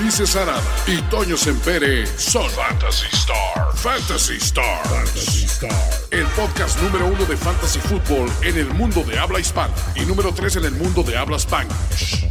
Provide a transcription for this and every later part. Ulises Arada y Toño Sempere son Fantasy Star. Fantasy Star. El podcast número uno de Fantasy Football en el mundo de habla hispana y número tres en el mundo de habla spanglish.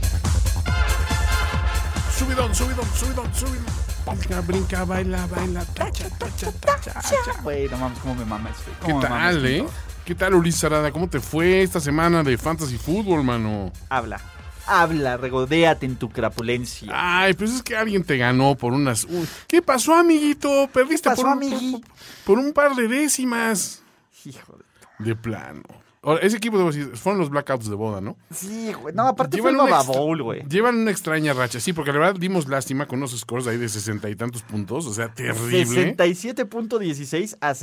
Subidón, subidón, subidón, subidón. Brinca, brinca, baila, baila, tacha, tacha, tacha, tacha. Güey, no mames, cómo me mames, güey. ¿Qué ¿Cómo me mames, tal, eh? puto? ¿Qué tal, Ulises Arada? ¿Cómo te fue esta semana de Fantasy Football, mano? Habla, habla, regodéate en tu crapulencia. Ay, pues es que alguien te ganó por unas... Uy, ¿Qué pasó, amiguito? Perdiste pasó, por, un, amigui? por, por un par de décimas. Hijo de... tu- De plano. Ahora, ese equipo, debo decir, fueron los blackouts de boda, ¿no? Sí, güey. No, aparte fue Llevan el una Baba extra- Bowl, güey. Llevan una extraña racha, sí, porque la verdad dimos lástima con unos scores ahí de sesenta y tantos puntos, o sea, terrible. 67.16 a Ahora,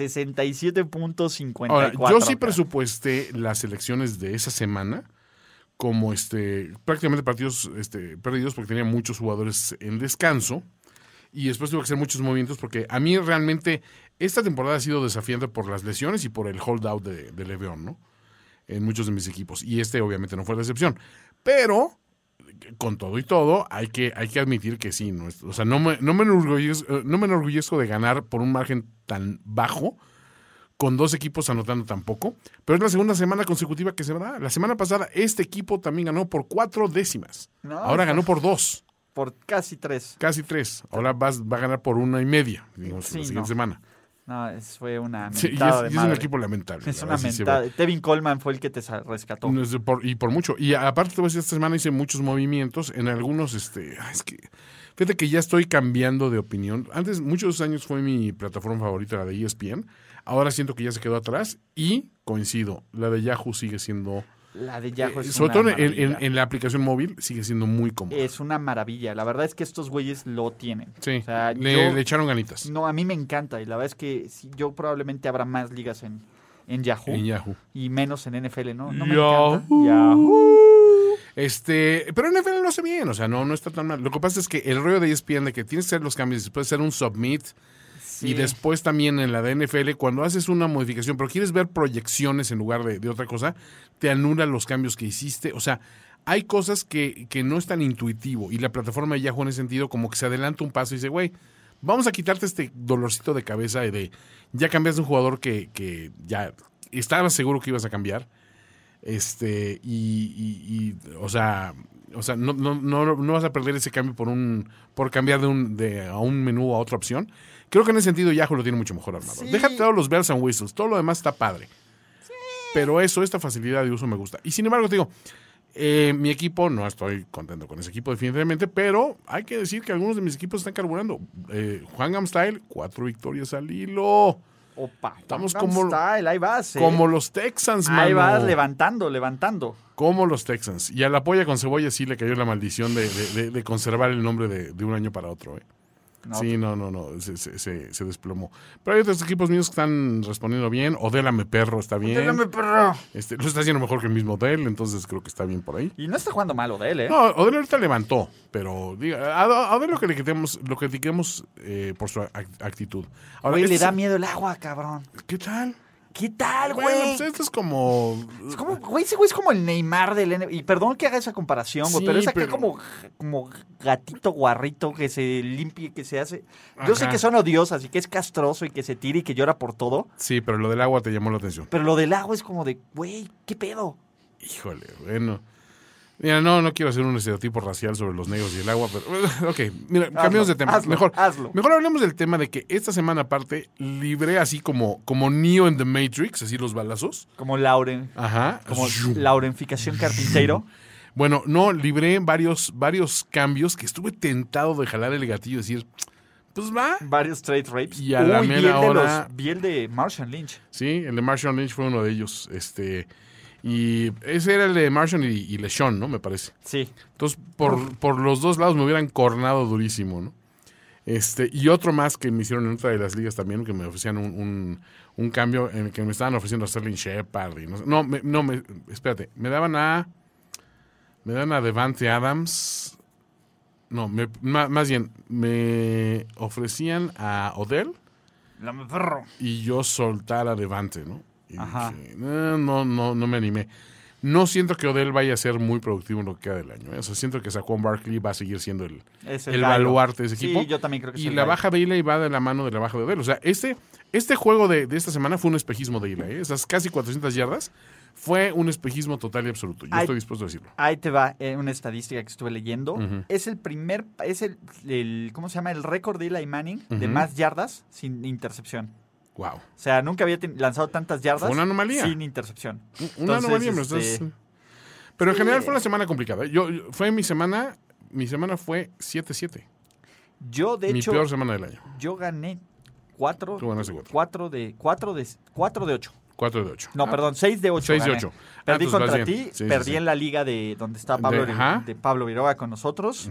67.54. yo sí acá. presupuesté las elecciones de esa semana como este prácticamente partidos este, perdidos porque tenía muchos jugadores en descanso y después tuve que hacer muchos movimientos porque a mí realmente esta temporada ha sido desafiante por las lesiones y por el holdout de, de Le'Veon, ¿no? En muchos de mis equipos. Y este obviamente no fue la excepción. Pero, con todo y todo, hay que, hay que admitir que sí. No, es- o sea, no me, no, me enorgullezco, no me enorgullezco de ganar por un margen tan bajo con dos equipos anotando tampoco, pero es la segunda semana consecutiva que se da. La semana pasada este equipo también ganó por cuatro décimas. No, Ahora está- ganó por dos, Por casi tres. casi tres. Ahora vas- va a ganar por una y media, digamos, Sí, la siguiente no. semana. No, es- fue una Sí, y es, mentada y de es un madre. equipo lamentable. Es la una verdad, sí se ve. mentada. Tevin Coleman fue el que te sa- rescató. No, es de por- y por mucho. Y aparte, te voy a decir, esta semana hice muchos movimientos. En algunos, este, ah, es que. Fíjate que ya estoy cambiando de opinión. Antes, muchos años fue mi plataforma favorita, la de E ESPN. Ahora siento que ya se quedó atrás y coincido, la de Yahoo sigue siendo. La de Yahoo eh, es sobre Pues todo una en, en- maravilla. en la aplicación móvil, sigue siendo muy cómoda. Es una maravilla. La verdad es que estos güeyes lo tienen. sí, O sea, le, yo- le echaron ganitas No, a mí me encanta y la verdad es que sí, yo probablemente habrá más ligas en, en Yahoo en Yahoo. y menos en NFL, ¿no? No me encanta. Yahoo. Yahoo. Este, pero NFL lo hace bien, o sea, no, no está tan mal. Lo que pasa es que el rollo de E ESPN de que tienes que hacer los cambios, después hacer un submit, Sí. Y después también en la de NFL, cuando haces una modificación, pero quieres ver proyecciones en lugar de, de otra cosa, te anula los cambios que hiciste. O sea, hay cosas que, que no es tan intuitivo. Y la plataforma de Yahoo en ese sentido, como que se adelanta un paso y dice, güey, vamos a quitarte este dolorcito de cabeza y de ya cambiaste un jugador que, que ya estabas seguro que ibas a cambiar. Este, y, y- y, o sea, o sea, no, no, no, no vas a perder ese cambio por un, por cambiar de un, de, a un menú a otra opción. Creo que en ese sentido Yahoo lo tiene mucho mejor armado. Sí. Déjate todos los bells and whistles, todo lo demás está padre. Pero eso, esta facilidad de uso me gusta. Y sin embargo, te digo, eh, mi equipo, no estoy contento con ese equipo definitivamente, pero hay que decir que algunos de mis equipos están carburando. Eh, Juan Gamstyle, cuatro victorias al hilo. Opa. Estamos Gangnam como- Style, ahí vas. ¿eh? Como los Texans, ahí mano. vas levantando, levantando. Como los Texans. Y a la polla con cebolla sí le cayó la maldición de, de- de- de conservar el nombre de, de un año para otro. ¿eh? No, pues. sí, no, no, no. Se, se- se- se desplomó. Pero hay otros equipos míos que están respondiendo bien. Odélame Perro está bien. Déjame, perro. Este, lo está haciendo mejor que el mismo Odell, entonces creo que está bien por ahí. Y no está jugando malo de él, ¿eh? No, Odell ahorita levantó, pero diga, a, a Odell lo que le quitemos, lo critiquemos eh, por su ac- actitud. Ahora, Güey, le este- da miedo el agua, cabrón. ¿Qué tal? ¿Qué tal, güey? Bueno, pues esto es como... Es como, güey, ese güey es como el Neymar del N- Y perdón que haga esa comparación, güey, Sí, pero es acá pero- como, como gatito guarrito que se limpia y que se hace. Yo sé Ajá. que son odiosas y que es castroso y que se tira y que llora por todo, Sí, pero lo del agua te llamó la atención. pero lo del agua es como de, güey, ¿qué pedo? Híjole, bueno. Mira, no, no quiero hacer un estereotipo racial sobre los negros y el agua, pero. Ok, mira, cambiamos de tema. hazlo, mejor, hazlo. mejor hablemos del tema de que esta semana, aparte, libré así como, como Neo en The Matrix, así los balazos. Como Lauren, Ajá. como Zoom. Laurenficación carpintero. Bueno, no, libré varios, varios cambios que estuve tentado de jalar el gatillo y decir, pues va. Varios trade rapes. Y a la Uy, mera vi el de hora- los, vi el de Martian Lynch. Sí, el de Marshall Lynch fue uno de ellos. Este. Y ese era el de Marshall y, y LeSean, ¿no? Me parece. Sí. Entonces, por, por los dos lados me hubieran cornado durísimo, ¿no? Este, y otro más que me hicieron en otra de las ligas también, que me ofrecían un, un, un cambio en el que me estaban ofreciendo a Sterling Shepard. y no, sé- no, me- no, me- espérate, me daban a. Me dan a Devante Adams. No, me- ma- más bien, me ofrecían a Odell La me perro. y yo soltar a Devante, ¿no? Y Ajá. dije, "No, no, no, no me animé. No siento que Odell vaya a ser muy productivo en lo que queda del año. ¿eh? O sea, siento que Saquon Barkley va a seguir siendo el, Es el gallo. baluarte de ese equipo. Sí, yo también creo que es Y el la gallo. baja de Ila va de la mano de la baja de Odell. O sea, este, este juego de, de esta semana fue un espejismo de ¿eh? Ila. Esas casi 400 yardas fue un espejismo total y absoluto. Yo Ay. estoy dispuesto a decirlo. Ahí te va eh, una estadística que estuve leyendo. Ujú. Es el primer, es el, el- ¿cómo se llama? El récord de Eli Manning de Ujú. más yardas sin intercepción. Wow. O sea, nunca había ten- lanzado tantas yardas Fue una anomalía. sin intercepción. Una Entonces, anomalía, me lo este, estás- Pero en general fue una semana complicada. ¿eh? Yo, yo- fue mi semana, mi semana fue 7-7. Yo, de Mi hecho, peor semana del año. yo gané cuatro, Tú ganaste cuatro. cuatro de, cuatro de, cuatro de ocho. 4 de 8. No, perdón, seis de ocho. 6 Ah, de Ah, gané. 8. Perdí contra ti, perdí en la liga de donde está Pablo, De- de, ajá. Pablo Viroga con nosotros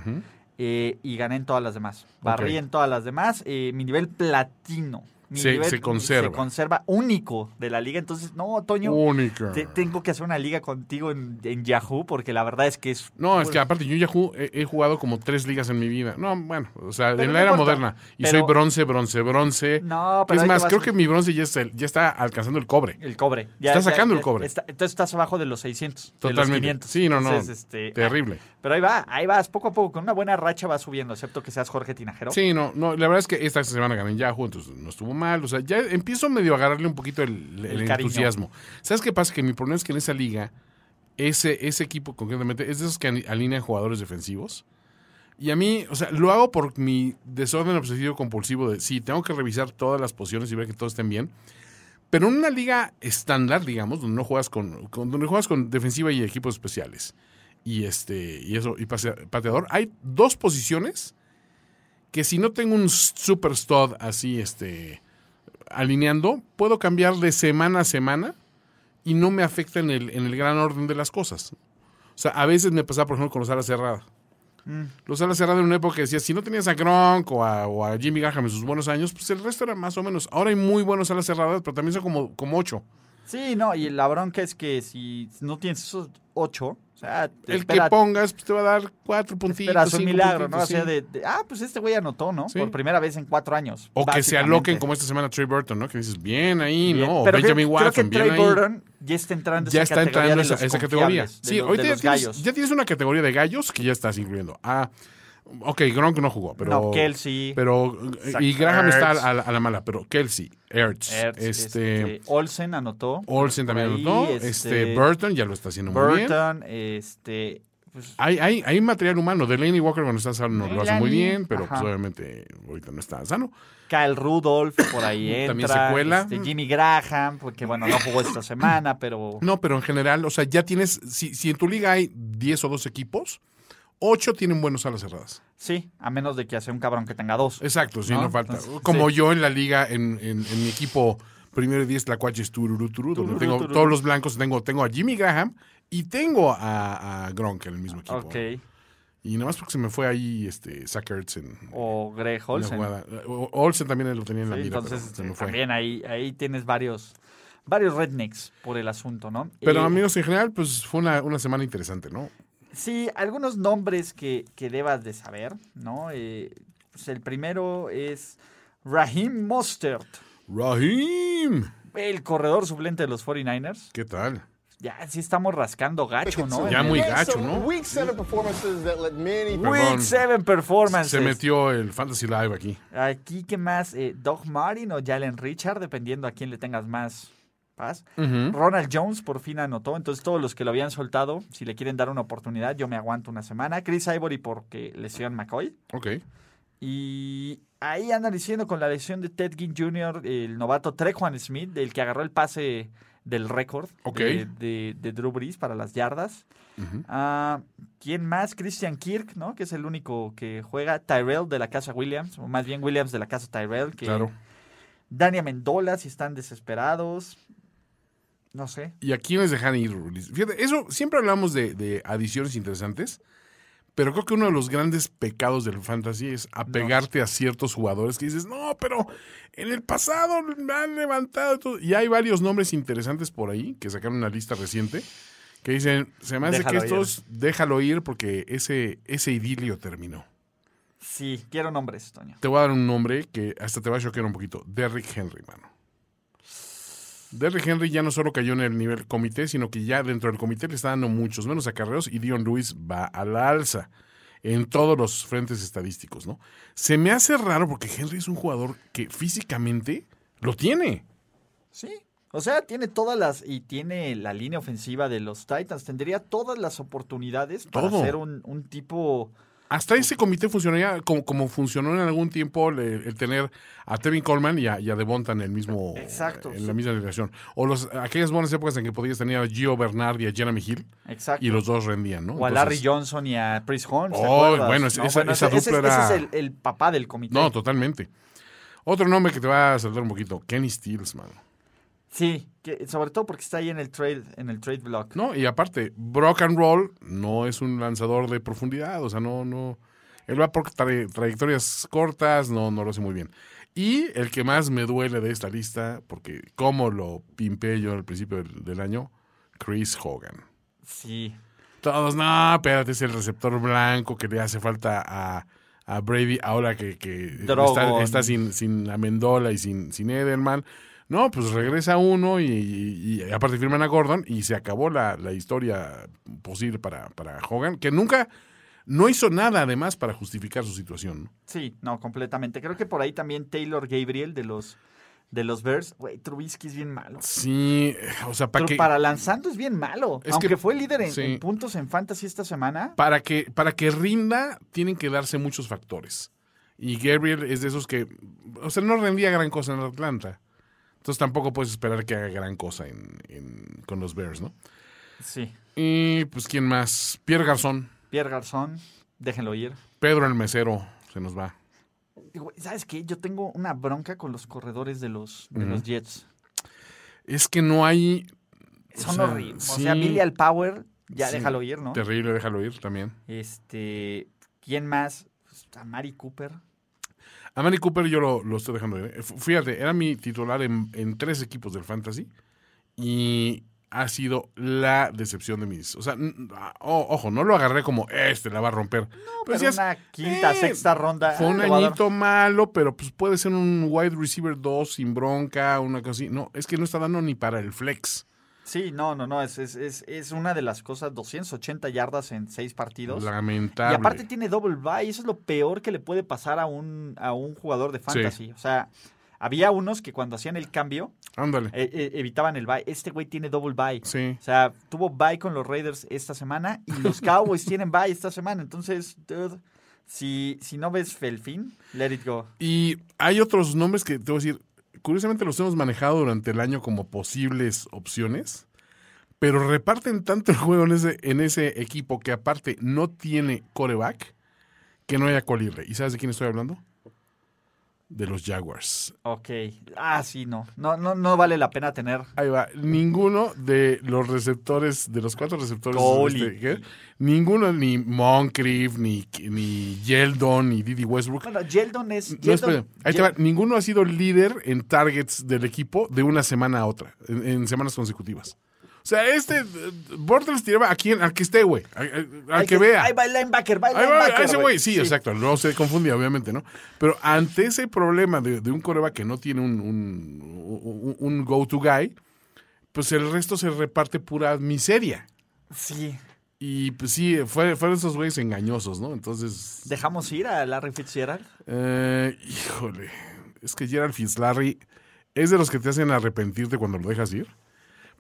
eh, y gané en todas las demás. Barrí Ok. en todas las demás. eh, mi nivel platino. Mi Se- nivel se conserva. Se conserva único de la liga. Entonces, no, Toño, Única. te- tengo que hacer una liga contigo en, en Yahoo porque la verdad es que es... No, es que aparte yo ya ju- he, he jugado como tres ligas en mi vida. No, bueno, o sea, Pero en no la era importa. moderna. Y Pero- soy bronce, bronce, bronce. No, pero es ahí te más, vas- creo que mi bronce ya, es el- ya está alcanzando el cobre. El cobre. Está sacando el cobre. está- entonces estás abajo de los 600. De los Totalmente. 500. Sí, no, no. Entonces, este, Terrible. ah, pero ahí va, ahí vas, poco a poco. Con una buena racha vas subiendo, excepto que seas Jorge Tinajero. Sí, no, no, la verdad es que esta semana gané en Yahoo, entonces no estuvo mal. O sea, ya empiezo medio a agarrarle un poquito el, el El cariño. entusiasmo. ¿Sabes qué pasa? Que mi problema es que en esa liga, ese, ese equipo concretamente, es de esos que ani- alinean jugadores defensivos. Y a mí, o sea, lo hago por mi desorden obsesivo compulsivo de, sí, tengo que revisar todas las posiciones y ver que todos estén bien. Pero en una liga estándar, digamos, donde no juegas con, con- donde juegas con defensiva y equipos especiales y este y eso y pasea- pateador, hay dos posiciones que si no tengo un super stud así este alineando, puedo cambiar de semana a semana y no me afecta en el, en el gran orden de las cosas. O sea, a veces me pasaba, por ejemplo, con los alas cerradas. Mm. Los alas cerradas en una época que decía, si no tenías a Gronk o a, o a Jimmy Graham en sus buenos años, pues el resto era más o menos. Ahora hay muy buenos alas cerradas, pero también son como, como ocho. Sí, no, y la bronca es que si no tienes esos ocho, o sea, te El espera- que pongas pues, te va a dar cuatro te puntitos. esperas un cinco milagro, ¿no? puntitos, O sea, pues sí. de, de, ah, pues este güey anotó, ¿no? Sí. Por primera vez en cuatro años. O que se básicamente. aloquen como esta semana Trey Burton, ¿no? Que dices, bien ahí, Bien, ¿no? O pero Benjamin creo, Watson, creo que bien Trey ahí. Burton ya está entrando ya esa está categoría entrando de esa, los esa categoría. confiables, de Sí, lo- ahorita de ya los tienes, gallos. ya tienes una categoría de gallos que ya estás incluyendo. Ah, ok, Gronk no jugó, pero. no, Kelsey, Pero, Zach y Graham está Ertz. a la, a la mala, pero Kelsey, Ertz, Ertz, este, este, Olsen anotó, Olsen por también ahí, anotó, este, este, Burton ya lo está haciendo muy bien. Burton, este, pues, Hay, hay, hay material humano. Delaney Walker cuando está sano lo hace muy Delaney. bien, pero pues, Ajá. obviamente ahorita no está sano. Kyle Rudolph por ahí entra, También se cuela. este, Jimmy Graham, porque bueno, no jugó esta semana, pero No, pero en general, o sea, ya tienes, si, si en tu liga hay 10 o 12 equipos, 8 tienen buenos alas cerradas. sí, a menos de que hace un cabrón que tenga dos. Exacto, sí, no, ¿No? falta. Entonces, Como sí. yo en la liga, en, en- en mi equipo primero y 10, Tlacuaches, tururú, tururú, donde Tururú, tengo tururú. todos los blancos, tengo, tengo a Jimmy Graham y tengo a, a Gronk en el mismo equipo. eh, Ok. Y nada más porque se me fue ahí este, Zach Ertz en O Greg en la Olsen. jugada. O- Olsen también lo tenía en la Sí, Ah, mira, entonces pero se me eh, fue. también ahí, ahí tienes varios, varios rednecks por el asunto, ¿no? Pero Eh, amigos, en general, pues fue una, una semana interesante, ¿no? Sí, algunos nombres que, que debas de saber, ¿no? Eh, pues el primero es Raheem Mostert, Raheem, el corredor suplente de los 49ers. ¿qué tal? Ya sí estamos rascando gacho, ¿no? Ya En muy el gacho, ¿no? Week seven performances that let many perdón. Week 7 Performance. Se metió el Fantasy Live aquí. Aquí, ¿qué más? Eh, Doug Martin o Jalen Richard, dependiendo a quién le tengas más paz. Ronald Jones por fin anotó, entonces todos los que lo habían soltado, si le quieren dar una oportunidad, yo me aguanto una semana. Chris Ivory porque lesión McCoy. Ok. Y ahí andan diciendo con la lesión de Ted Ginn Jr., el novato Trejuan Smith, del que agarró el pase del récord Ok. de, de- de Drew Brees para las yardas. Ujú. Ah, ¿Quién más? Christian Kirk, ¿no? Que es el único que juega. Tyrell de la casa Williams, o más bien Williams de la casa Tyrell. Que Claro. Dania Mendola, si están desesperados. No sé. ¿Y a quiénes dejan ir? Ulises? Fíjate, eso siempre hablamos de, de adiciones interesantes, Pero creo que uno de los grandes pecados del fantasy es apegarte a ciertos jugadores que dices, no, pero en el pasado me han levantado. todo". Y hay varios nombres interesantes por ahí que sacaron una lista reciente que dicen, se me hace Déjalo que estos, déjalo ir porque ese, ese idilio terminó. Sí, quiero nombres, Toño. Te voy a dar un nombre que hasta te va a choquear un poquito. Derrick Henry, mano. Derrick Henry ya no solo cayó en el nivel comité, sino que ya dentro del comité le está dando muchos menos acarreos y Dion Lewis va a la alza en todos los frentes estadísticos, ¿no? Se me hace raro porque Henry es un jugador que físicamente lo tiene. Sí. O sea, tiene todas las. Y tiene la línea ofensiva de los Titans. Tendría todas las oportunidades para Todo. ser un, un tipo. Hasta ese comité funcionaría como, como funcionó en algún tiempo el, el tener a Tevin Coleman y a, y a Devonta en el mismo Exacto, en sí. la misma delegación. O los, aquellas buenas épocas en que podías tener a Gio Bernard y a Jeremy Hill Exacto. y los dos rendían, ¿no? o a Entonces- Larry Johnson y a Chris Holmes. ¿te Oh, acuerdas? bueno, es- esa- esa ese- ese- dupla era- ese es el, el papá del comité. No, totalmente. Otro nombre que te va a saltar un poquito, Kenny Steels, mano. sí, que- sobre todo porque está ahí en el trade, en el trade block. No, y aparte, Brock and Roll no es un lanzador de profundidad, o sea, no, no. Él va por tra- trayectorias cortas, no, no lo hace muy bien. Y el que más me duele de esta lista, porque como lo pimpé yo al principio del, del año, Chris Hogan. Sí. Todos, no, espérate, es el receptor blanco que le hace falta a, a Brady ahora que, que Drogon. está, está sin, sin Amendola y sin, sin Edelman. No, pues regresa uno y, y- y aparte firman a Gordon y se acabó la, la historia posible para, para Hogan, que nunca, no hizo nada además para justificar su situación. ¿no? Sí, no, completamente. Creo que por ahí también Taylor Gabriel de los de los Bears. Güey, Trubisky es bien malo. Sí, o sea, para que... Pero para lanzando es bien malo. Es Aunque que- fue líder en, sí. en puntos en fantasy esta semana. Para que, para que rinda, tienen que darse muchos factores. Y Gabriel es de esos que, o sea, no rendía gran cosa en Atlanta. Entonces tampoco puedes esperar que haga gran cosa en- en- con los Bears, ¿no? Sí. Y pues, ¿quién más? Pierre Garzón, Pierre Garzón, déjenlo ir. Pedro el Mesero, se nos va. Güey, ¿Sabes qué? Yo tengo una bronca con los corredores de los, de los Jets. Es que no hay... Son sea, horribles. O sea, sí. Billy al Power, ya Sí. déjalo ir, ¿no? Terrible, déjalo ir también. Este, ¿quién más? Pues, a Mari Cooper. A Manny Cooper yo lo, lo estoy dejando. ir. F- Fíjate, era mi titular en, en tres equipos del Fantasy y ha sido la decepción de mis. O sea, n- ah, o- ojo, no lo agarré como este la va a romper. Pero Pero decías, una quinta, "Eh, sexta ronda. Fue un ah, le va a dar". añito malo, pero pues puede ser un wide receiver 2 sin bronca, una cosa así. No, es que no está dando ni para el flex. Sí, no, no, no. Es, es, es, es una de las cosas. 280 yardas en seis partidos. Lamentable. Y aparte tiene double bye, y eso es lo peor que le puede pasar a un, a un jugador de fantasy. O sea, había unos que cuando hacían el cambio Ándale. eh, eh, evitaban el bye. Este güey tiene double bye. Sí. O sea, tuvo bye con los Raiders esta semana y los Cowboys tienen bye esta semana. Entonces, dude, si, si no ves Felfin, let it go. Y hay otros nombres que te voy a decir, curiosamente los hemos manejado durante el año como posibles opciones, pero reparten tanto el juego en ese, en ese equipo que aparte no tiene coreback que no haya cual irle. ¿Y sabes de quién estoy hablando? De los Jaguars. Ok. Ah, sí, no. No, no, no vale la pena tener. Ahí va. Ninguno de los receptores, de los cuatro receptores, Cole. este, ¿qué? ninguno, ni Moncrief, ni, ni Yeldon, ni Didi Westbrook, Bueno, Yeldon es. No, Yeldon- espera. Ahí te va. Ninguno ha sido líder en targets del equipo de una semana a otra, en, en semanas consecutivas. O sea, este eh, Bortles tiraba a quien, al que esté, güey, al, al- al Hay que, vea. Ahí va el linebacker, va el Ahí va, linebacker, a ese güey, sí, exacto, no se confundía, obviamente, ¿no? Pero ante ese problema de, de un coreback que no tiene un, un- un- un go-to guy, pues el resto se reparte pura miseria. Sí. Y pues sí, fue- fueron esos güeyes engañosos, ¿no? Entonces, ¿Dejamos ir a Larry Fitzgerald? Eh, híjole, es que Gerald Fitzlarry es de los que te hacen arrepentirte cuando lo dejas ir.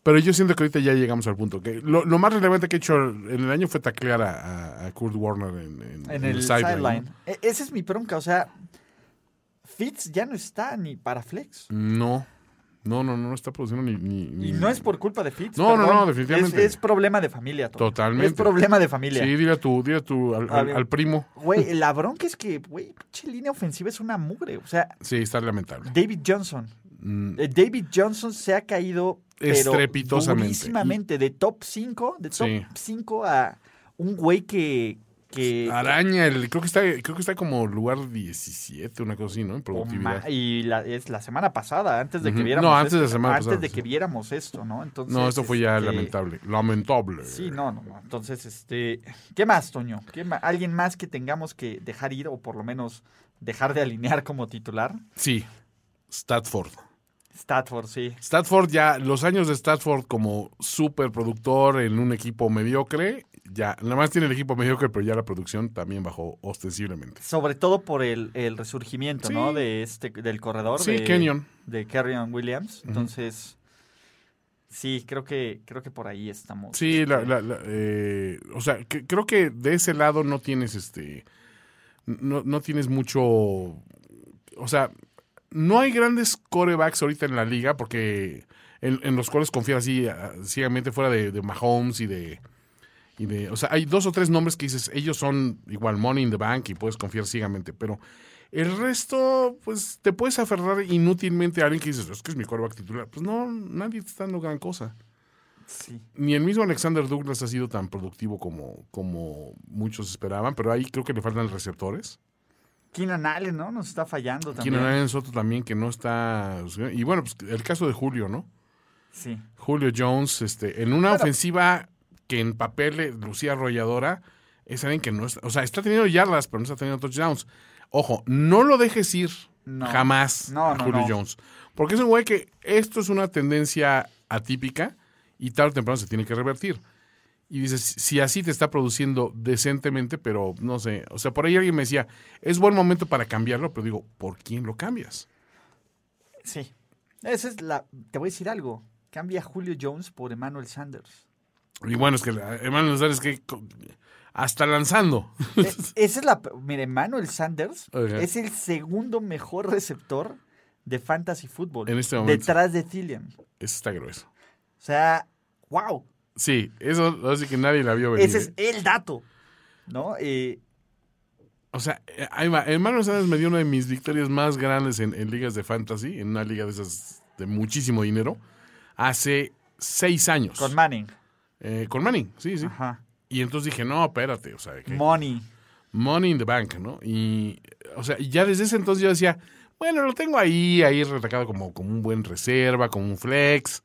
Pero yo siento que ahorita ya llegamos al punto. que Lo, lo más relevante que he hecho en el año fue taclear a, a- a Kurt Warner en, en- En en el sideline, sideline. E- Ese es mi bronca, o sea, Fitz ya no está ni para flex. No, no, no, no, no está produciendo ni... ni- ni- Y no es por culpa de Fitz. No, no, perdón. no, definitivamente. Es, es problema de familia. Toño. Totalmente. Es problema de familia. Ah, Sí, dile a tu, dile a tu, al, A al- ver. al primo. Güey, la bronca es que, güey, pinche línea ofensiva es una mugre. O sea, Sí, está lamentable. David Johnson. Mm. Eh, David Johnson se ha caído pero Estrepitosamente. durísimamente, de top 5, de top Sí. 5 a un güey que, que Araña, el- creo que está, creo que está como lugar 17, una cosa así, ¿no? En productividad. Oma- y la, es la semana pasada, antes de que Ujú. viéramos No, antes esto, de la semana antes pasada, de sí. que viéramos esto, ¿no? Entonces, no, esto fue ya este, lamentable. Lamentable. Sí, no, no, no. Entonces, este, ¿qué más, Toño? ¿Qué ma- ¿Alguien más que tengamos que dejar ir o por lo menos dejar de alinear como titular? Sí. Statford. Statford, sí. Statford ya, los años de Statford como superproductor en un equipo mediocre, ya, nada más tiene el equipo mediocre, pero ya la producción también bajó ostensiblemente. Sobre todo por el, el resurgimiento, Sí. ¿no? De este, del corredor. Sí, de, Kenyon. De Kerryon Williams. Entonces, sí, creo que, creo que por ahí estamos. Sí, la, la- la- eh, o sea, que- creo que de ese lado no tienes este, no, no tienes mucho, o sea, no hay grandes corebacks ahorita en la liga porque en, en los cuales confiar así ah, ciegamente fuera de, de Mahomes y de, y de, o sea, hay dos o tres nombres que dices, ellos son igual money in the bank y puedes confiar ciegamente, pero el resto, pues te puedes aferrar inútilmente a alguien que dices, es que es mi coreback titular. Pues no, nadie te está dando gran cosa Sí. ni el mismo Alexander Douglas ha sido tan productivo como, como muchos esperaban, pero ahí creo que le faltan receptores. Keenan Allen, ¿no? Nos está fallando también. Keenan Allen Soto también que no está... Y bueno, pues el caso de Julio, ¿no? Sí. Julio Jones, este, en una ofensiva que en papel le lucía arrolladora, es alguien que no está... O sea, está teniendo yardas, pero no está teniendo touchdowns. Ojo, no lo dejes ir No. jamás No, a no, Julio no. Jones. Porque es un güey que esto es una tendencia atípica y tarde o temprano se tiene que revertir. Y dices, si así te está produciendo decentemente, pero no sé, o sea, por ahí alguien me decía, es buen momento para cambiarlo, pero digo, ¿por quién lo cambias? Sí. Esa es la. Te voy a decir algo. Cambia a Julio Jones por Emmanuel Sanders. Y bueno, es que hermano, sabes que co- hasta lanzando. E- Esa es la. Mira, Emmanuel Sanders Ajá. es el segundo mejor receptor de fantasy fútbol. En este momento. Detrás de Tillian. O Eso está grueso. sea, wow. Sí, eso así que nadie la vio venir. Ese es ¿eh? el dato. ¿No? Eh, O sea, eh, ahí va, hermano Sanders me dio una de mis victorias más grandes en, en ligas de fantasy, en una liga de esas de muchísimo dinero, hace seis años. con Manning. Eh, con Manning, sí, sí. Ajá. Y entonces dije, no, espérate, o sea, que Money. Money in the Bank, ¿no? Y, o sea, y ya desde ese entonces yo decía, bueno, lo tengo ahí, ahí retacado como, como un buen reserva, como un flex.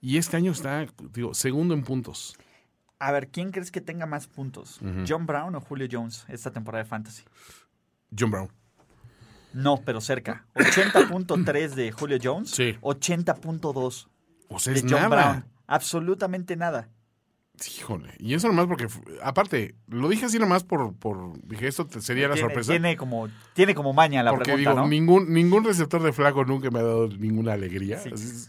Y este año está, digo, segundo en puntos. A ver, ¿quién crees que tenga más puntos? ¿John Brown o Julio Jones esta temporada de fantasy? John Brown. No, pero cerca. 80.3 de Julio Jones. Sí. 80.2 O sea, de es John nada. Brown. Absolutamente nada. Híjole. Y eso nomás porque, fu- aparte, lo dije así nomás por, por dije, esto te- sería la tiene, sorpresa. Tiene como, tiene como maña la porque pregunta, digo, ¿no? ningún, ningún receptor de flaco nunca me ha dado ninguna alegría. Sí. Así es-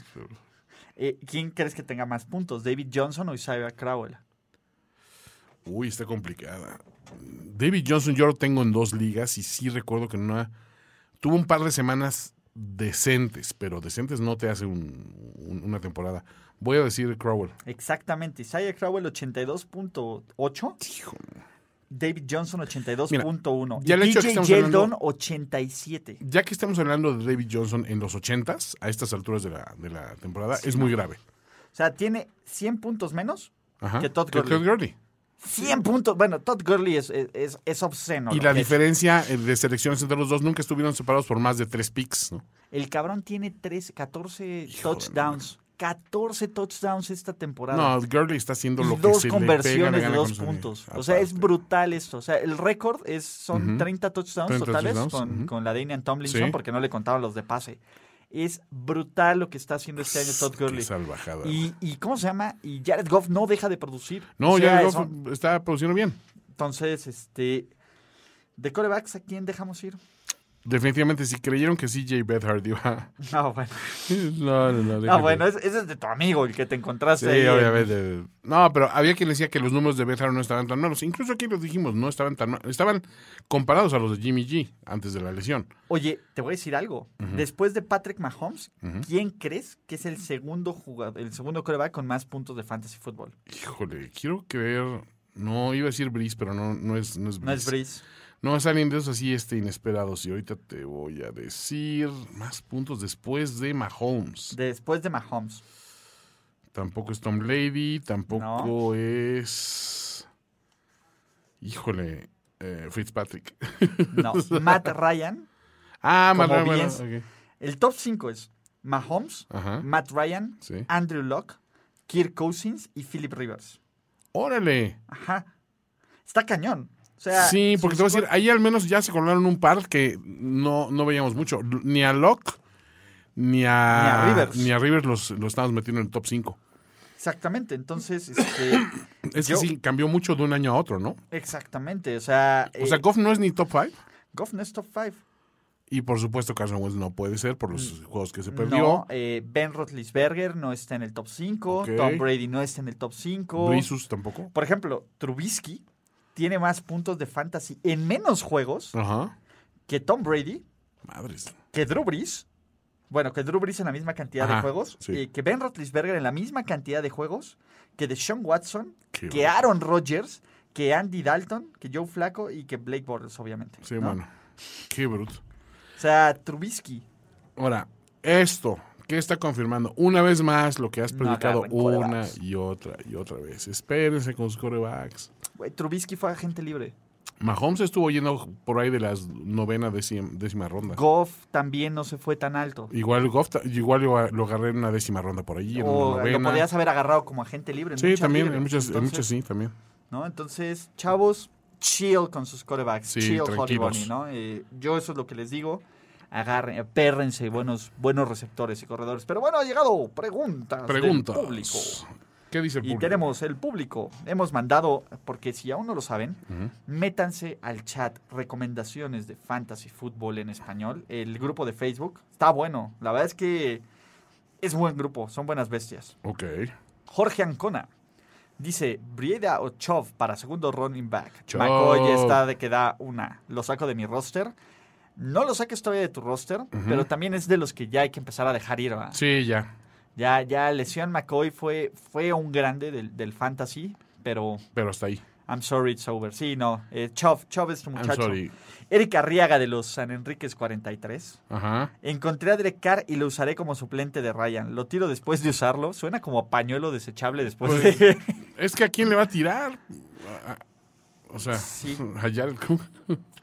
Eh, ¿Quién crees que tenga más puntos? ¿David Johnson o Isaiah Crowell? Uy, está complicada. David Johnson yo lo tengo en dos ligas y sí recuerdo que en una tuvo un par de semanas decentes, pero decentes no te hace un- un- una temporada. Voy a decir Crowell. Exactamente. Isaiah Crowell 82.8. David Johnson 82.1. ya Y el hecho de que DJ estamos Yeldon hablando- 87. Ya que estamos hablando de David Johnson en los 80s, a estas alturas de la, de la temporada, es muy grave. O sea, tiene 100 puntos menos. Ajá. Que Todd Que Gurley. 100 puntos. Bueno, Todd Gurley es, es, es obsceno. Y lo la que es. diferencia eh, de selecciones entre los dos nunca estuvieron separados por más de tres picks, ¿no? El cabrón tiene tres, 14 Hijo de touchdowns. 14 touchdowns esta temporada. No, Gurley está haciendo Y lo que dos se le pega, le conversiones gana de dos con su- puntos. O sea, es Aparte. brutal esto. O sea, el récord es son 30 touchdowns 30 totales touchdowns, con, ujú. con la de Damian Tomlinson, Sí. porque no le contaban los de pase. Es brutal lo que está haciendo este año Todd Qué Gurley. salvajada. Y, y ¿cómo se llama? Y Jared Goff no deja de producir. No, O sea, ya es un- Goff está produciendo bien. Entonces, este. ¿De corebacks a quién dejamos ir? Definitivamente, si creyeron que CJ Beathard iba. No, Ah, bueno. No, no, no. No, déjenlo. Ah, bueno, es- ese es de tu amigo, el que te encontraste. Sí, ahí en- obviamente. No, pero había quien decía que los números de Beathard no estaban tan malos. Incluso aquí los dijimos, no estaban tan malos. Estaban comparados a los de Jimmy G antes de la lesión. Oye, te voy a decir algo. Después de Patrick Mahomes, ¿quién crees que es el segundo jugador, el segundo coreback con más puntos de fantasy fútbol? Híjole, quiero creer. No, iba a decir Breeze, pero no, no es No es No es Breeze. Breeze. No, es alguien de esos así este, inesperados. Y ahorita te voy a decir más puntos después de Mahomes. Después de Mahomes. Tampoco es Tom Lady, tampoco es. Híjole, eh, Fitzpatrick. No, Matt Ryan. Ah, Como Manuel, bueno, diez. ok. El top 5 es Mahomes, Ajá. Matt Ryan, Sí. Andrew Locke, Kirk Cousins y Philip Rivers. Órale. Ajá. Está cañón. O sea, Sí, porque te sus voy a decir, ahí al menos ya se colocaron un par que no, no veíamos mucho. Ni a Locke, ni a, a Rivers. ni a Rivers los, los estábamos metiendo en el top 5. Exactamente, entonces, este, Es Yo- que sí, cambió mucho de un año a otro, ¿no? exactamente, o sea, O sea, eh, Goff no es ni top 5. Goff no es top 5. Y por supuesto, Carson Wentz no puede ser por los juegos que se Mm, No, perdió. eh, Ben Roethlisberger no está en el top 5, Ok. Tom Brady no está en el top 5. Brisus tampoco. Por ejemplo, Trubisky tiene más puntos de fantasy en menos juegos Ajá. que Tom Brady, Madres. que Drew Brees. Bueno, que Drew Brees en la misma cantidad de Ajá, juegos, sí. eh, que Ben Roethlisberger en la misma cantidad de juegos, que Deshaun Watson, Qué que Aaron Rodgers, que Andy Dalton, que Joe Flacco y que Blake Bortles, obviamente. Sí, ¿no? bueno. Qué bruto. O sea, Trubisky. Ahora, esto que está confirmando una vez más lo que has No predicado agarren una quarterbacks. y otra y otra vez. Espérense con sus corebacks. Güey, Trubisky fue agente libre. Mahomes estuvo yendo por ahí de las novena décima, décima ronda. Goff también no se fue tan alto. Igual Goff, ta- igual lo, lo agarré en una décima ronda por allí, en O una Oh, lo novena. podías haber agarrado como agente libre. en sí, muchas también, ligas. en muchas, en Entonces, muchas sí, también. ¿no? Entonces, chavos, chill con sus corebacks. Sí, chill, Holly tranquilos. Bunny, ¿no? Eh, yo eso es lo que les digo. Agarren, apérrense buenos, buenos receptores y corredores. Pero bueno, ha llegado preguntas. Preguntas. Del público. ¿Qué dice el Y público? tenemos el público. Hemos mandado, porque si aún no lo saben, Ujú. métanse al chat recomendaciones de fantasy fútbol en español. El grupo de Facebook está bueno. La verdad es que es buen grupo, son buenas bestias. Ok. Jorge Ancona dice Brieda o Chov para segundo running back. Chov. McCoy ya está de que da una. Lo saco de mi roster. No lo saques todavía de tu roster, pero también es de los que ya hay que empezar a dejar ir. ¿va? Sí, ya. Ya, ya lesión McCoy fue, fue un grande del, del fantasy, pero Pero hasta ahí. I'm sorry it's over. Sí, no. eh, Chov, Chov es tu I'm muchacho. sorry. Eric Arriaga de los San Enriques 43. Ajá. Encontré a Derek Carr y lo usaré como suplente de Ryan. Lo tiro después de usarlo. Suena como a pañuelo desechable después Pues- de... Es que a quién le va a tirar. A- a- O sea, Sí. a Jared Cook. A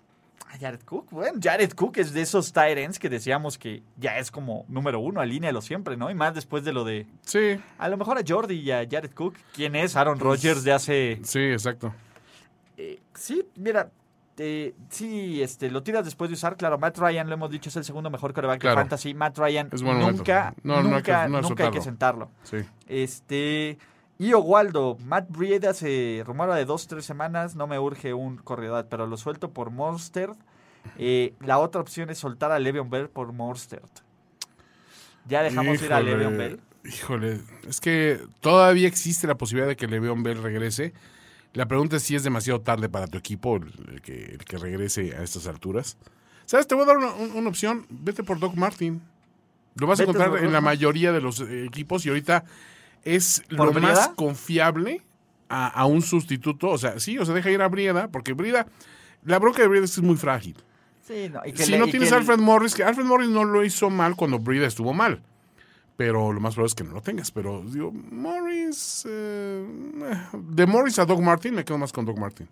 Ah, Jared Cook, bueno, Jared Cook es de esos tight ends que decíamos que ya es como número uno, alínealo siempre, ¿no? Y más después de lo de, Sí, a lo mejor a Jordi y a Jared Cook, ¿quién es Aaron Rodgers de hace... sí, exacto. Pues, eh, sí, mira, eh, sí, este, lo tiras después de usar, claro, Matt Ryan, lo hemos dicho, es el segundo mejor coreback Claro. de fantasy, Matt Ryan Es buen momento. nunca, No, no hay que- nunca, no nunca hay que soltarlo. sentarlo. Sí. Este. Y Waldo, Matt Brieda se rumora de dos, tres semanas. No me urge un corredor, pero lo suelto por Monster. la otra opción es soltar a Le'Veon Bell por Monster. Ya dejamos ir a Híjole, Le'Veon Bell. Híjole, es que todavía existe la posibilidad de que Le'Veon Bell regrese. La pregunta es si es demasiado tarde para tu equipo el, el que, el que regrese a estas alturas. ¿Sabes? Te voy a dar una, un- una opción. Vete por Doc Martin. Lo vas a Vete encontrar por en Doc la Martin. mayoría de los eh, equipos y ahorita es ¿Por lo más Brieda? confiable a, a un sustituto. O sea, sí, o sea, deja ir a Brieda, porque Brieda, la bronca de Brieda es que es muy frágil. Sí, no, y que Si le- no y tienes que a el- Alfred Morris, que Alfred Morris no lo hizo mal cuando Brida estuvo mal. Pero lo más probable es que no lo tengas. Pero digo, Morris. eh, de Morris a Doc Martin, me quedo más con Doc Martin.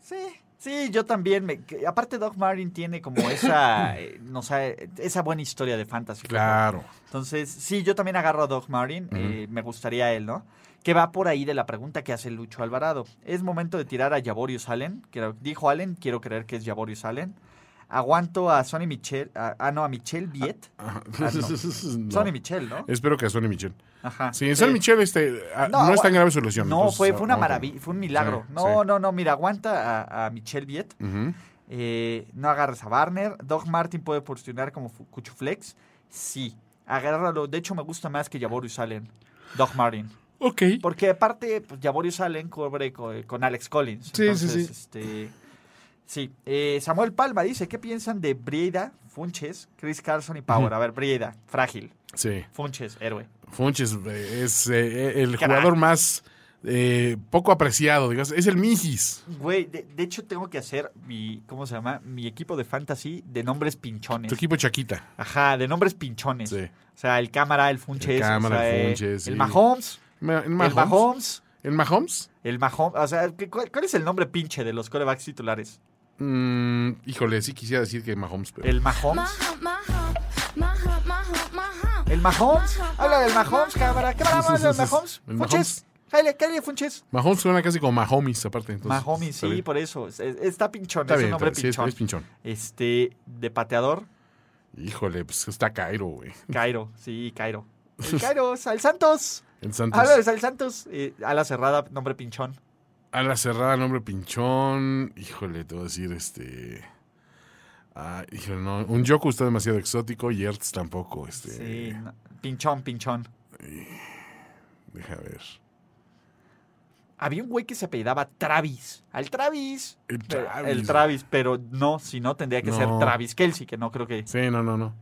Sí, sí, yo también. me- que- aparte, Doc Martin tiene como esa, eh, no sé, esa buena historia de fantasy. Claro. Entonces, sí, yo también agarro a Doc Martin, eh, me gustaría él, ¿no? Que va por ahí de la pregunta que hace Lucho Alvarado. ¿Es momento de tirar a Yaborius Allen? Creo- dijo Allen, quiero creer que es Yaborius Allen. ¿Aguanto a Sonny Michel? a- ah, no, a Michelle Viet. Ah, Ajá. no. Ah, No. Sonny Michel, ¿no? Espero que a Sonny Michel. Ajá. Sí, Sonny Michel este, ah, No, no, es tan agua- grave su lesión. No, entonces, ah, fue, fue una aguanta. maravilla, fue un milagro. Sí, no, sí. no, no, mira, aguanta a, a Michelle Viet. Ujú. Eh, no agarres a Barner. Doc Martin puede posicionar como fu- Cuchuflex. Sí, agárralo. De hecho, me gusta más que Yaborius Allen. Doc Martin. Ok. Porque aparte, pues, Yaborius Allen cobre co- con, Alex Collins. Sí, Entonces, sí, sí. Este, sí. Eh, Samuel Palma dice, ¿qué piensan de Brieda, Funches, Chris Carson y Power? A ver, Brieda, frágil. Sí. Funches, héroe. Funches eh, es eh, el Crack. jugador más eh, poco apreciado, digamos. Es el Mijis. Güey, de, de hecho tengo que hacer mi, ¿cómo se llama? Mi equipo de fantasy de nombres pinchones. Tu equipo Chaquita. Ajá, de nombres pinchones. Sí. O sea, el cámara, el Funches. El Cámara, o sea, el eh, Funches, sí. El Mahomes. Ma- El Mahomes. ¿El Mahomes? El Mahomes, o sea, ¿qué- ¿cuál, cuál es el nombre pinche de los corebacks titulares? Mm, híjole, sí quisiera decir que Mahomes, pero... ¿El Mahomes? ¿El Mahomes? Habla del Mahomes, cámara. ¿Qué hablamos del Mahomes? El ¿Funches? Cállate, cállate, Funches. Mahomes suena casi como Mahomes, aparte. Entonces, Mahomes, Pues, está sí, bien. por eso. Es- es- Está pinchón, Está es bien, un está nombre bien, sí, es- pinchón. es pinchón. Este, de pateador, Híjole, pues está Cairo, güey. Cairo, sí, Cairo. El Cairo, Sal Santos. El Santos. Habla de Sal Santos. Eh, ala cerrada, nombre pinchón. A la cerrada, nombre pinchón. Híjole, te voy a decir, este. Ah, híjole, no. Un Yoku está demasiado exótico y Ertz tampoco. Este, Sí, no, pinchón, pinchón. Deja ver. Había un güey que se apellidaba Travis. Al Travis. El Pero- Travis. El Travis, pero no, si no, tendría que ser No. Travis Kelsey, que no creo que. Sí, no, no, no.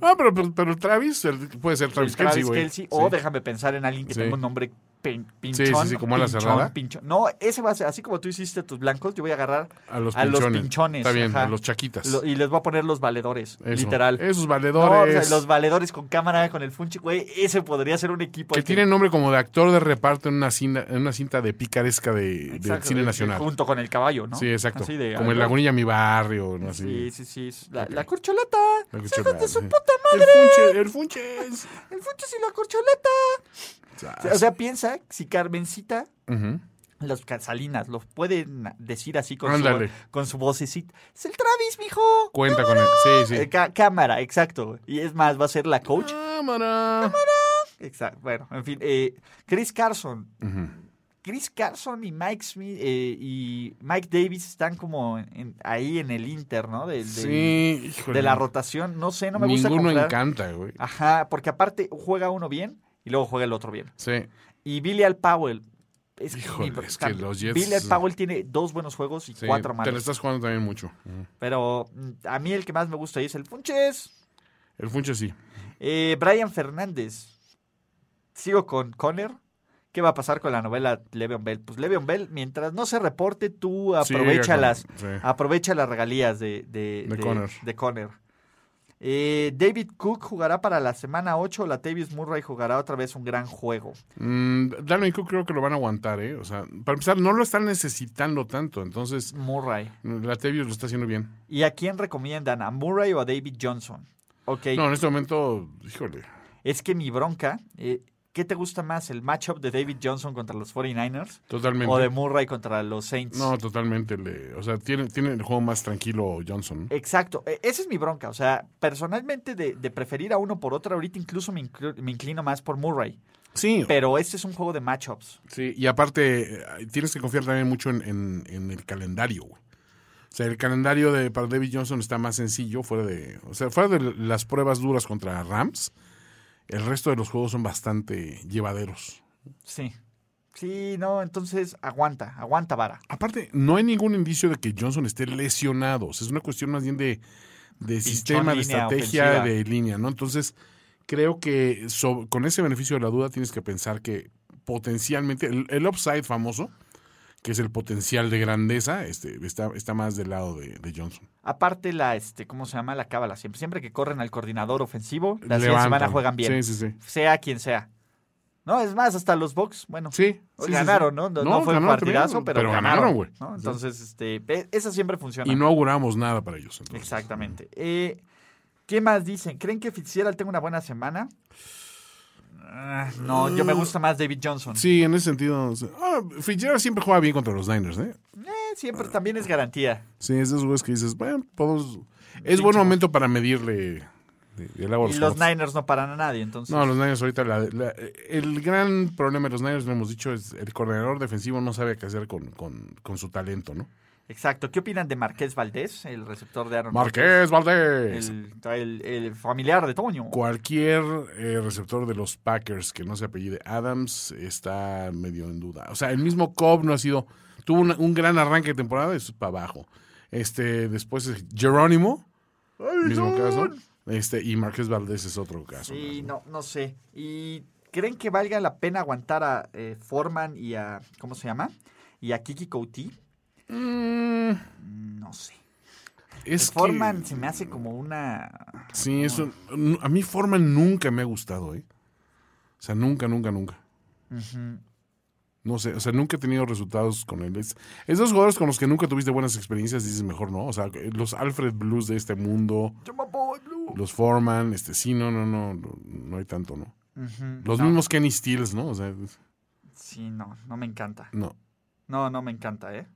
Ah, pero, pero, pero el Travis el- puede ser Travis, el Travis Kelsey, güey. Kelce, Sí. O déjame pensar en alguien que Sí. tenga un nombre pin- sí, pinchón. sí, como a la pinchón, cerrada. pinchón. No, ese va a ser, así como tú hiciste tus blancos, yo voy a agarrar A los a los pinchones. pinchones, Está bien, ajá. a los chaquitas. lo- y les voy a poner los valedores, Eso. literal. Esos No, o sea, valedores. los valedores con cámara, con el funchi, güey, ese podría ser un equipo. que al tienen nombre como de actor de reparto en una cinta, en una cinta de picaresca de, del Exacto, cine eh, nacional. Junto con el caballo, ¿no? Sí, exacto. Así de- como en Lagunilla Mi Barrio, ¿no? Sí, Así. sí, sí. es La, la corcholata. La ¡Hijos cuchara, de su sí. puta madre! ¡El Funches! ¡El Funches! El Funches y la corcholata. O sea, O sea, piensa si Carmencita, Ujú. los Casalinas, los pueden decir así con Ándale. su, con su vocecita. ¡Es el Travis, mijo! Cuenta con él. Sí, Eh, sí. ca- cámara, exacto. Y es más, va a ser la coach. Cámara. Exacto. Bueno, en fin. eh, Chris Carson. Ujú. Chris Carson y Mike Smith eh, y Mike Davis están como en- ahí en el Inter, ¿no? Del- del- Sí, híjole. de la rotación. No sé, no me gusta Ah, Ninguno comparar. encanta, güey. Ajá, porque aparte juega uno bien y luego juega el otro bien. Sí. Y Billy Al Powell. Es que, Híjole, ni- es que los Jets- Billy Al Powell tiene dos buenos juegos y sí. cuatro Te la malos. estás jugando también mucho. Ujú. Pero mm, a mí el que más me gusta ahí es el Punches. El Funches sí. Eh, Brian Fernández. Sigo con Conner. ¿Qué va a pasar con la novela Le'Veon Bell? Pues Le'Veon Bell, mientras no se reporte, tú Sí, aprovecha con- las, sí. aprovecha las regalías de, de, De Conner. de Conner. Eh, David Cook jugará para la semana 8. La Tavis Murray jugará otra vez un gran juego. Mm, Dalvin Cook creo que lo van a aguantar, ¿eh? O sea, para empezar, no lo están necesitando tanto. Entonces, Murray. la Tevius lo está haciendo bien. ¿Y a quién recomiendan? ¿A Murray o a David Johnson? Ok, No, en este momento, híjole. es que mi bronca. eh, ¿Qué te gusta más, el matchup de David Johnson contra los 49ers Totalmente. o de Murray contra los Saints? No, totalmente. le- o sea, tiene, tiene el juego más tranquilo Johnson. Exacto, e- esa es mi bronca. O sea, personalmente de, de preferir a uno por otro, ahorita incluso me, inclu- me inclino más por Murray. Sí, Pero este es un juego de matchups. sí. Y aparte, eh, tienes que confiar también mucho en, en- en el calendario, güey. O sea, el calendario de, para David Johnson está más sencillo, fuera de, o sea, fuera de las pruebas duras contra Rams, el resto de los juegos son bastante llevaderos. Sí. Sí, no, entonces aguanta, aguanta vara. Aparte, no hay ningún indicio de que Johnson esté lesionado. O sea, es una cuestión más bien de, de sistema, de línea estrategia, ofensiva. de línea, ¿no? Entonces, creo que so- con ese beneficio de la duda tienes que pensar que potencialmente, el, el upside famoso, que es el potencial de grandeza, este, está, está más del lado de, de Johnson. Aparte la, este, ¿cómo se llama? La cábala siempre. Siempre que corren al coordinador ofensivo, la siguiente Levantan. semana juegan bien. Sí, sí, sí. sea quien sea. No, es más, hasta los Bucks, bueno, Sí, sí, sí, sí. ganaron, ¿no? No, no fue un ganaron también, partidazo, pero, ganaron, güey. ¿no? Entonces, este, e- esa siempre funciona. Y no auguramos nada para ellos. entonces. Exactamente. Eh, ¿Qué más dicen? ¿Creen que Fitzgerald tenga una buena semana? Ah, No, yo me gusta más David Johnson. Sí, en ese sentido. sí. Ah, Fitzgerald siempre juega bien contra los Niners, ¿eh? Eh, siempre también es garantía. Sí, es de esos güeyes que dices, bueno, podemos- Es buen momento para medirle el agua a Y los, los camotes". Niners no paran a nadie, entonces. No, los Niners ahorita. la- la- el gran problema de los Niners, lo hemos dicho, es el coordinador defensivo no sabe qué hacer con, con- con su talento, ¿no? Exacto. ¿Qué opinan de Marqués Valdés, el receptor de Aaron Marqués Rodgers? Valdés. El, el- el familiar de Toño. Cualquier eh, receptor de los Packers que no se apellide Adams está medio en duda. O sea, el mismo Cobb no ha sido. Tuvo una- un gran arranque de temporada y es para abajo. Este, después es Jerónimo, mismo caso. Este, y Marqués Valdés es otro caso. Sí, no, no sé. ¿Y creen que valga la pena aguantar a eh, Foreman y a. ¿Cómo se llama? Y a Kiki Couti? Mm, No sé. es Foreman que- se me hace como una. sí, eso, n- a mí Forman nunca me ha gustado, ¿eh? O sea, nunca, nunca, nunca. No sé, o sea, nunca he tenido resultados con él. Es, es dos jugadores con los que nunca tuviste buenas experiencias, dices mejor no. O sea, los Alfred Blues de este mundo, los Foreman, este, sí, no, no, no, no, no hay tanto, ¿no? Ujú, Los no, mismos Kenny Steels, ¿no? O sea, es- Sí, no, no me encanta. no. No, no me encanta, ¿eh?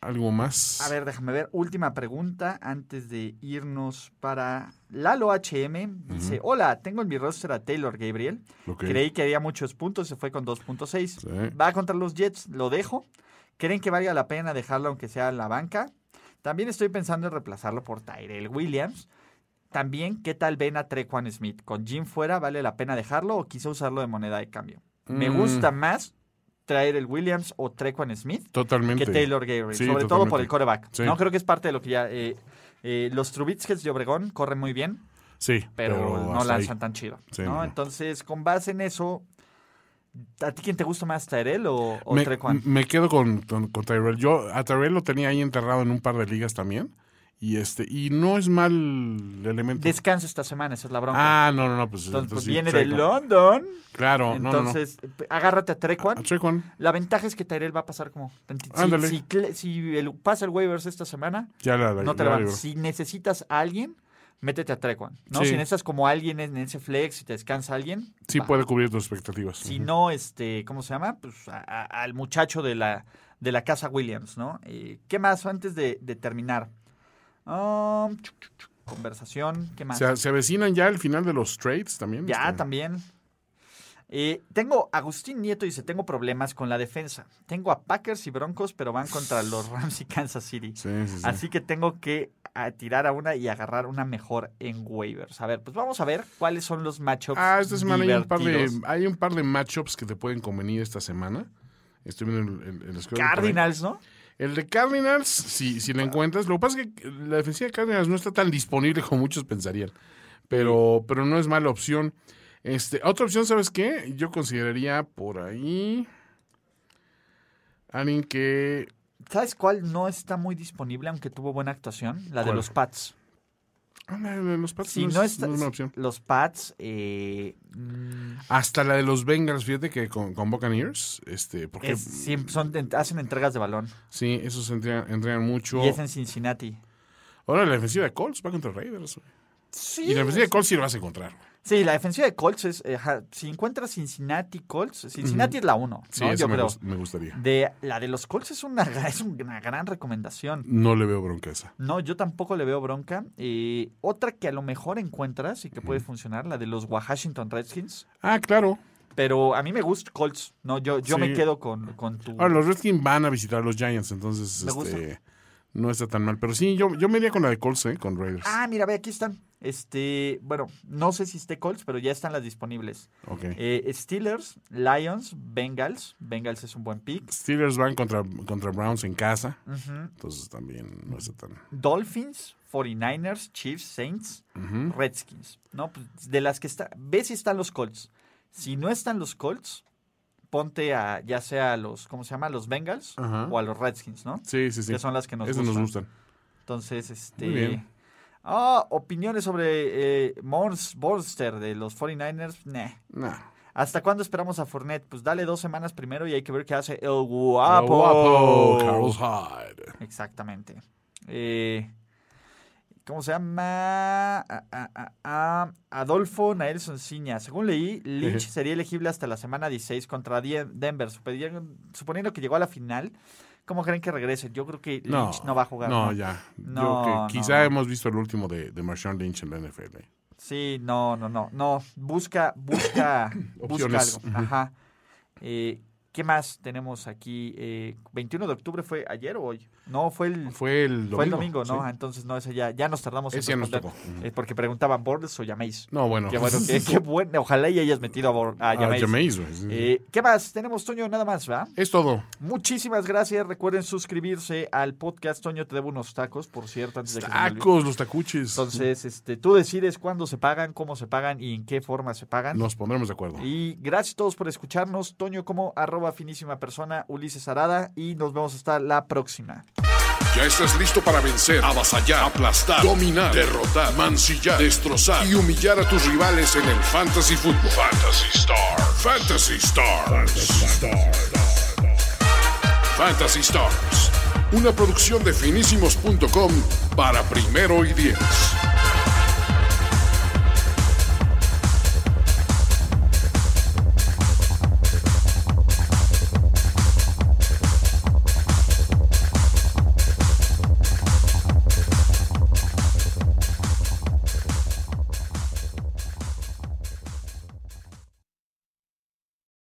Algo más. A ver, déjame ver. Última pregunta antes de irnos para Lalo HM. Dice, hola, tengo en mi roster a Taylor Gabriel. Ok. Creí que haría muchos puntos, se fue con 2.6. Sí. Va contra los Jets, lo dejo. ¿Creen que valga la pena dejarlo aunque sea en la banca? También estoy pensando en reemplazarlo por Tyrell Williams. También, ¿qué tal ven a Trequan Smith? ¿Con Jim fuera vale la pena dejarlo o quizá usarlo de moneda de cambio? Me Mm. gusta más traer el Williams o Trequan Smith Totalmente. que Taylor Gabriel, Sí, sobre todo por totalmente. el coreback. Sí. No creo que es parte de lo que ya. eh, eh, los Trubitskes de Obregón corren muy bien, Sí, pero, no hasta ahí. lanzan tan chido. Sí, ¿no? no, no. Entonces, con base en eso, ¿a ti quién te gusta más, Tyrell o, o me, Trequan? me quedo con, con, con Tyrell. Yo a Tyrell lo tenía ahí enterrado en un par de ligas también. Y este y no es mal elemento. Descanso esta semana, esa es la bronca. ah, no, no, no. Pues, entonces, pues, sí, viene de Traquan. London. Claro, entonces, eh, agárrate a no, no, Trequan. no. A Traquan, la ventaja es que Tyrell va a pasar como. tantito. Si- Ah, Ándale. Si, cle- si el- pasa el waivers esta semana, Ya la, la- no la te la van. libro. Si necesitas a alguien, métete a Trequan. ¿no? Sí. Si necesitas como alguien en ese flex y te descansa alguien. Sí va. puede cubrir tus expectativas. Si Ujú. no, este, ¿cómo se llama? Pues a- a- al muchacho de la, de la casa Williams, ¿no? Eh, ¿Qué más antes de, de terminar? Um, chuc, chuc, chuc, conversación, ¿qué más? se, se avecinan ya el final de los trades también. Ya, este. también. Eh, tengo, Agustín Nieto dice, tengo problemas con la defensa. Tengo a Packers y Broncos, pero van contra los Rams y Kansas City. Sí, sí, sí. Así que tengo que a, tirar a una y agarrar una mejor en waivers. A ver, pues vamos a ver cuáles son los matchups. Ah, esta semana hay un, par de, divertidos. hay un par de matchups que te pueden convenir esta semana. Estoy viendo el, el, el score por ahí. Cardinals, ¿no? El de Cardinals, si, si la encuentras, lo que pasa es que la defensiva de Cardinals no está tan disponible como muchos pensarían, pero, pero no es mala opción. Este, otra opción, ¿sabes qué? Yo consideraría por ahí alguien que... ¿Sabes cuál no está muy disponible, aunque tuvo buena actuación? La de ¿Cuál? los Pats. Ah, la de los Pats Si no, no es, está- no es una opción. Los Pats, eh, mm, Hasta la de los Bengals, fíjate que con, con Buccaneers, este, porque es- sí, em, son, en- hacen entregas de balón. sí, esos entrenan, entrenan mucho. Y es en Cincinnati. Ahora la defensiva de Colts va contra Raiders. güey. Sí. Y la defensiva de Colts sí lo vas a encontrar. güey. Sí, la defensiva de Colts es. eh, ajá, si encuentras Cincinnati Colts, Cincinnati es la uno, Sí, ¿no? eso Yo me, creo. gust- me gustaría. De, la de los Colts es una, gra- es una gran recomendación. No le veo bronca a esa. No, yo tampoco le veo bronca. Eh, otra que a lo mejor encuentras y que puede funcionar, la de los Washington Redskins. Ah, claro. Pero a mí me gusta Colts. No, yo, yo Sí. Ah, me quedo con, con tu. Ahora, los Redskins van a visitar a los Giants, entonces Me este, no está tan mal. Pero sí, yo, yo me iría con la de Colts, ¿eh? con Raiders. Ah, mira, ve, aquí están. Este, bueno, no sé si esté Colts, pero ya están las disponibles. Ok. Eh, Steelers, Lions, Bengals. Bengals es un buen pick. Steelers van contra, contra Browns en casa, Ujú. entonces también no está tan... Dolphins, 49ers, Chiefs, Saints, Ujú. Redskins. No, pues, de las que está, ve si están los Colts. Si no están los Colts, ponte a ya sea a los, ¿cómo se llama? A los Bengals Ajá. o a los Redskins, ¿no? Sí, sí, sí. Que son las que nos Esas gustan. nos gustan. Entonces, este. Muy bien. ah, opiniones sobre eh, Mors Bolster de los 49ers. Nah. Nah. ¿Hasta cuándo esperamos a Fournette? Pues dale dos semanas primero y hay que ver qué hace el Ah, guapo. guapo, Carlos Hyde. Exactamente. Eh, ¿Cómo se llama? Ah, ah, ah, ah, Adolfo Naelson Ciña. Según leí, Lynch Ujú. sería elegible hasta la semana 16 contra Die- Denver. Supedien- Suponiendo que llegó a la final, ¿cómo creen que regrese? Yo creo que Lynch no, va a jugar. No, ¿no? ya. No, Yo creo no, que quizá no. hemos visto el último de, de Marshawn Lynch en la NFL. Sí, no, no, no, no. Busca, busca, busca Opciones. algo. Ajá. Eh, ¿Qué más tenemos aquí? Eh, 21 de octubre fue ayer o hoy. No, fue el, Fue el domingo. fue el domingo, ¿no? Ah, sí. Entonces, no, ese ya, ya nos tardamos Ese ya nos responder, tocó. Ujú. eh, porque preguntaban Bordes o Llaméis. No, bueno. Qué bueno, qué, qué bueno. Ojalá y hayas metido a, Bor- a Ah, Llaméis. Jameis, güey, sí, sí. Eh, ¿Qué más? Tenemos, Toño, nada más, ¿verdad? Es todo. Muchísimas gracias. Recuerden suscribirse al podcast. Toño, te debo unos tacos, por cierto, antes de que se me olvide. Tacos, los tacuches. Entonces, este, tú decides cuándo se pagan, cómo se pagan y en qué forma se pagan. Nos pondremos de acuerdo. Y gracias a todos por escucharnos. Toño como arroba finísima persona, Ulises Arada y nos vemos hasta la próxima. Ya estás listo para vencer, avasallar, aplastar, dominar, derrotar, mancillar, destrozar y humillar a tus rivales en el Fantasy Football. Fantasy Star. Fantasy Stars. Fantasy Stars. Una producción de finísimos.com para primero y diez.